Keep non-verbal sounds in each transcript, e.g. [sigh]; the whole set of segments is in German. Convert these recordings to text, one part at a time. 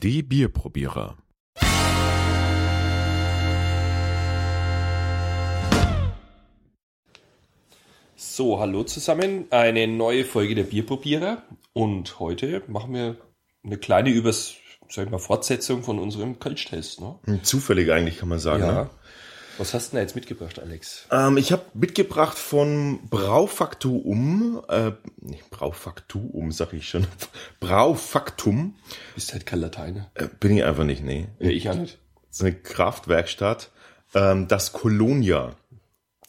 CD-Bierprobierer. So, hallo zusammen, eine neue Folge der Bierprobierer und heute machen wir eine kleine Übers sag ich mal, Fortsetzung von unserem Kölsch-Test. Ne? Hm, Zufällig eigentlich, kann man sagen. Ja. Ne? Was hast du denn da jetzt mitgebracht, Alex? Ähm, ich habe mitgebracht von Braufaktum, äh, nicht Braufaktum, sag ich schon, [laughs] Braufaktum, Bist halt kein Lateiner. äh, bin ich einfach nicht, nee. Ja, ich auch nicht. Das ist eine Kraftwerkstatt, ähm, das Colonia.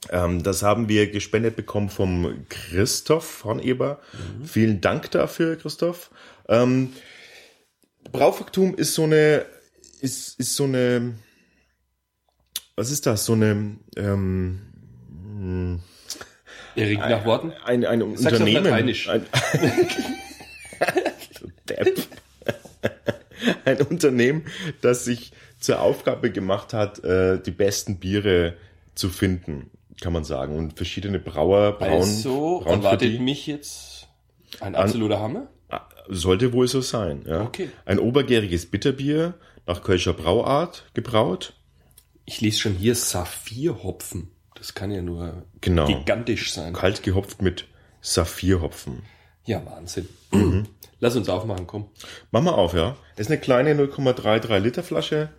Ähm, das haben wir gespendet bekommen vom Christoph von Eber. Vielen Dank dafür, Christoph. Ähm, Braufaktum ist so eine, ist, ist so eine, was ist das? So eine, ähm, Erik, nach Worten? ein, ein Sag's auf Unternehmen. Lateinisch. Ein, [laughs] du Depp. ein Unternehmen, das sich zur Aufgabe gemacht hat, äh, die besten Biere zu finden, kann man sagen. Und verschiedene Brauer brauen. also, brauen für erwartet die. mich jetzt ein absoluter Hammer. Ah, Sollte wohl so sein. Ja. Okay. Ein obergäriges Bitterbier nach Kölscher Brauart gebraut. Ich lese schon hier Saphirhopfen. Das kann ja nur Genau. gigantisch sein. Kalt gehopft mit Saphirhopfen. Ja, Wahnsinn. Mhm. Lass uns aufmachen, komm. Mach mal auf, ja. Das ist eine kleine 0,33 Liter Flasche.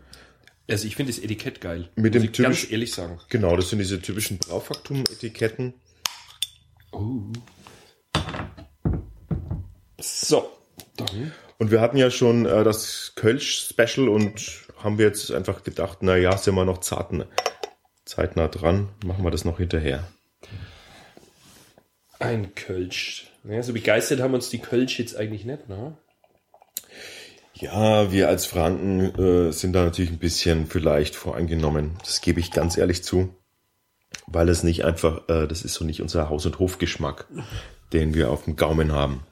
Also ich finde das Etikett geil. Mit dem Muss ich ganz typisch- ehrlich sagen. Genau, das sind diese typischen Braufaktum-Etiketten. Oh. So. Dann. Und wir hatten ja schon äh, das Kölsch-Special und haben wir jetzt einfach gedacht, na ja, sind wir noch zarten, zeitnah dran, machen wir das noch hinterher. Ein Kölsch. Ja, so begeistert haben uns die Kölsch jetzt eigentlich nicht, ne? Ja, wir als Franken äh, sind da natürlich ein bisschen vielleicht voreingenommen. Das gebe ich ganz ehrlich zu, weil es nicht einfach, äh, das ist so nicht unser Haus- und Hofgeschmack, den wir auf dem Gaumen haben.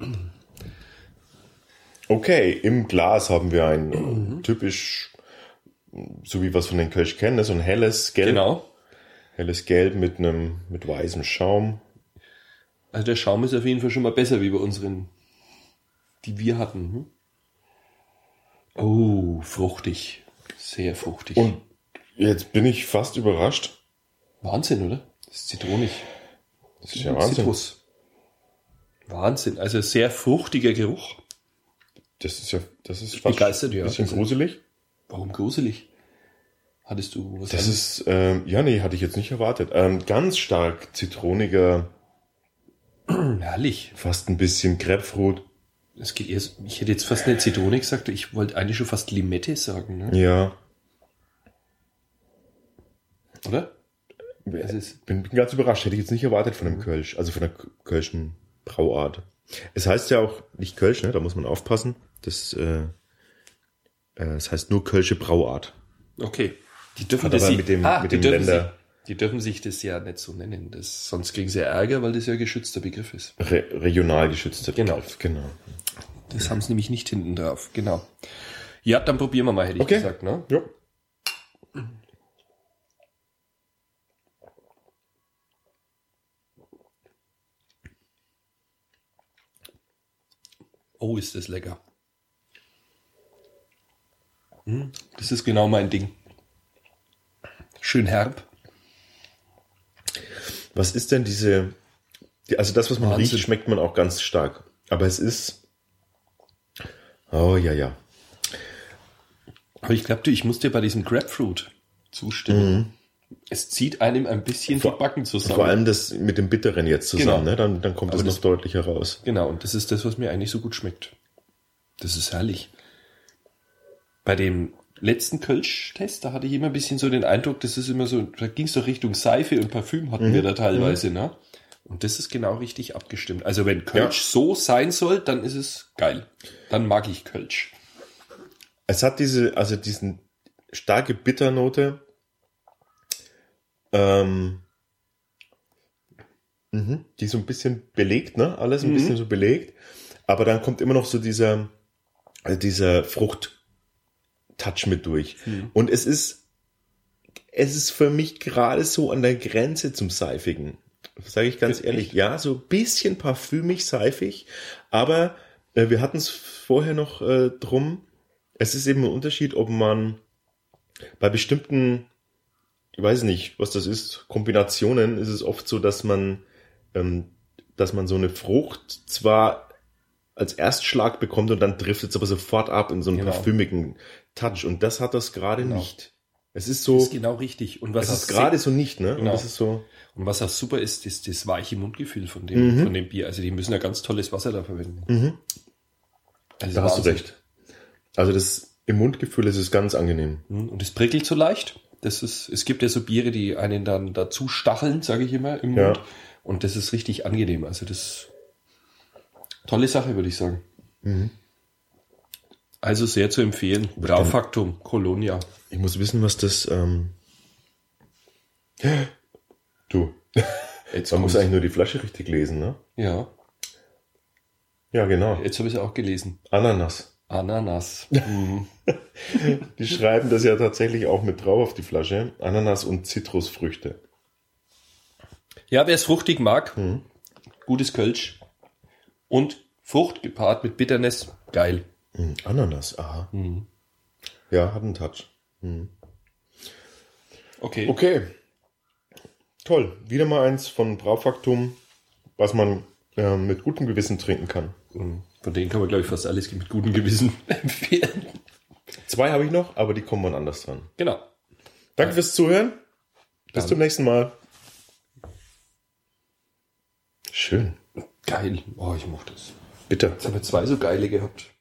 Okay, im Glas haben wir ein äh, typisch, so wie wir es von den Kölsch kennen, ne, so ein helles Gelb. Genau. Helles Gelb mit einem mit weißem Schaum. Also der Schaum ist auf jeden Fall schon mal besser wie bei unseren, die wir hatten. Hm? Oh, fruchtig. Sehr fruchtig. Und jetzt bin ich fast überrascht. Wahnsinn, oder? Das ist zitronig. Das ist ja Wahnsinn. Zitrus. Wahnsinn. Also sehr fruchtiger Geruch. Das ist ja, das ist fast begeistert, ja. ein bisschen Also- gruselig. Warum gruselig? Hattest du was? Das anderes? ist, ähm, ja, nee, hatte ich jetzt nicht erwartet. Ähm, ganz stark zitroniger, herrlich. fast ein bisschen Grapefruit. Es geht erst, ich hätte jetzt fast eine Zitrone gesagt, ich wollte eigentlich schon fast Limette sagen, ne? Ja. oder? Es ist- bin, bin ganz überrascht. Hätte ich jetzt nicht erwartet von dem Kölsch, also von der K- Kölschen Brauart. Es heißt ja auch nicht Kölsch, ne? da muss man aufpassen. Das, äh, äh, es heißt nur Kölsche Brauart. Okay. Die dürfen Hat das aber sie- mit dem- mit die dem dürfen Länder- Sie, die dürfen sich das ja nicht so nennen. Das, sonst kriegen sie ja Ärger, weil das ja ein geschützter Begriff ist. Re regional geschützter Genau. Begriff, genau. Das haben sie nämlich nicht hinten drauf. Genau. Ja, dann probieren wir mal, hätte Okay. ich gesagt. Ne? Genau. Ja. Oh, ist das lecker. Hm, Das ist genau mein Ding. Schön herb. Was ist denn diese, die, also das, was man Wahnsinn. riecht, schmeckt man auch ganz stark. Aber es ist, oh ja, ja. Aber ich glaube, ich muss dir bei diesem Grapefruit zustimmen. Es zieht einem ein bisschen die Backen Mhm. zusammen. Vor allem das mit dem Bitteren jetzt zusammen, Genau. ne? dann, dann kommt es Aber noch das- deutlicher raus. Genau, und das ist das, was mir eigentlich so gut schmeckt. Das ist herrlich. Bei dem letzten Kölsch-Test, da hatte ich immer ein bisschen so den Eindruck, das ist immer so, da ging es doch Richtung Seife und Parfüm hatten Mhm. wir da teilweise, ne? Und das ist genau richtig abgestimmt. Also wenn Kölsch Ja. so sein soll, dann ist es geil. Dann mag ich Kölsch. Es hat diese, also diesen starke Bitternote. Ähm, mhm, die so ein bisschen belegt, ne? Alles ein Mhm. bisschen so belegt. Aber dann kommt immer noch so dieser, äh, dieser Frucht-Touch mit durch. Und es ist, es ist für mich gerade so an der Grenze zum Seifigen. Sage ich ganz Echt? ehrlich. Ja, so ein bisschen parfümig, seifig. Aber äh, wir hatten es vorher noch äh, drum. es ist eben ein Unterschied, ob man bei bestimmten, ich weiß nicht, was das ist, Kombinationen ist es oft so, dass man, ähm, dass man so eine Frucht zwar als Erstschlag bekommt und dann trifft es aber sofort ab in so einen Genau. parfümigen Touch. Und das hat das gerade Genau. nicht. Es ist so, ist genau richtig. Und was es ist auch gerade so nicht, ne? Und Genau. das ist so, sehr- und was auch super ist, ist das weiche Mundgefühl von dem, Mhm. von dem Bier. Also die müssen ja ganz tolles Wasser da verwenden. mhm. Also da hast du Wahnsinn. recht. Also das, im Mundgefühl ist es ganz angenehm. Mhm. Und es prickelt so leicht. Das ist, es gibt ja so Biere, die einen dann dazu stacheln, sage ich immer, im Ja. Mund. Und das ist richtig angenehm. Also das tolle Sache, würde ich sagen. Mhm. Also sehr zu empfehlen. Braufaktum, Colonia. Ich muss wissen, was das, ähm, [gasps] du, Jetzt man muss kommt's. eigentlich nur die Flasche richtig lesen, ne? Ja, Ja, genau. jetzt habe ich auch gelesen. Ananas. [laughs] Ananas. Mhm. Die schreiben das ja tatsächlich auch mit drauf auf die Flasche. Ananas und Zitrusfrüchte. Ja, wer es fruchtig mag, Mhm. gutes Kölsch. Und Frucht gepaart mit Bitterness, geil. Hm, Ananas, aha. Mhm. Ja, hat einen Touch. Okay. Okay. Toll. Wieder mal eins von Braufaktum, was man äh, mit gutem Gewissen trinken kann. Mhm. Von denen kann man, glaube ich, fast alles mit gutem Gewissen [laughs] empfehlen. Zwei habe ich noch, aber die kommen wann anders dran. Genau. Danke fürs Zuhören. Bis Dann. zum nächsten Mal. Schön. Geil. Oh, ich mochte es. Bitte. Oh, Jetzt haben wir zwei so geile gehabt.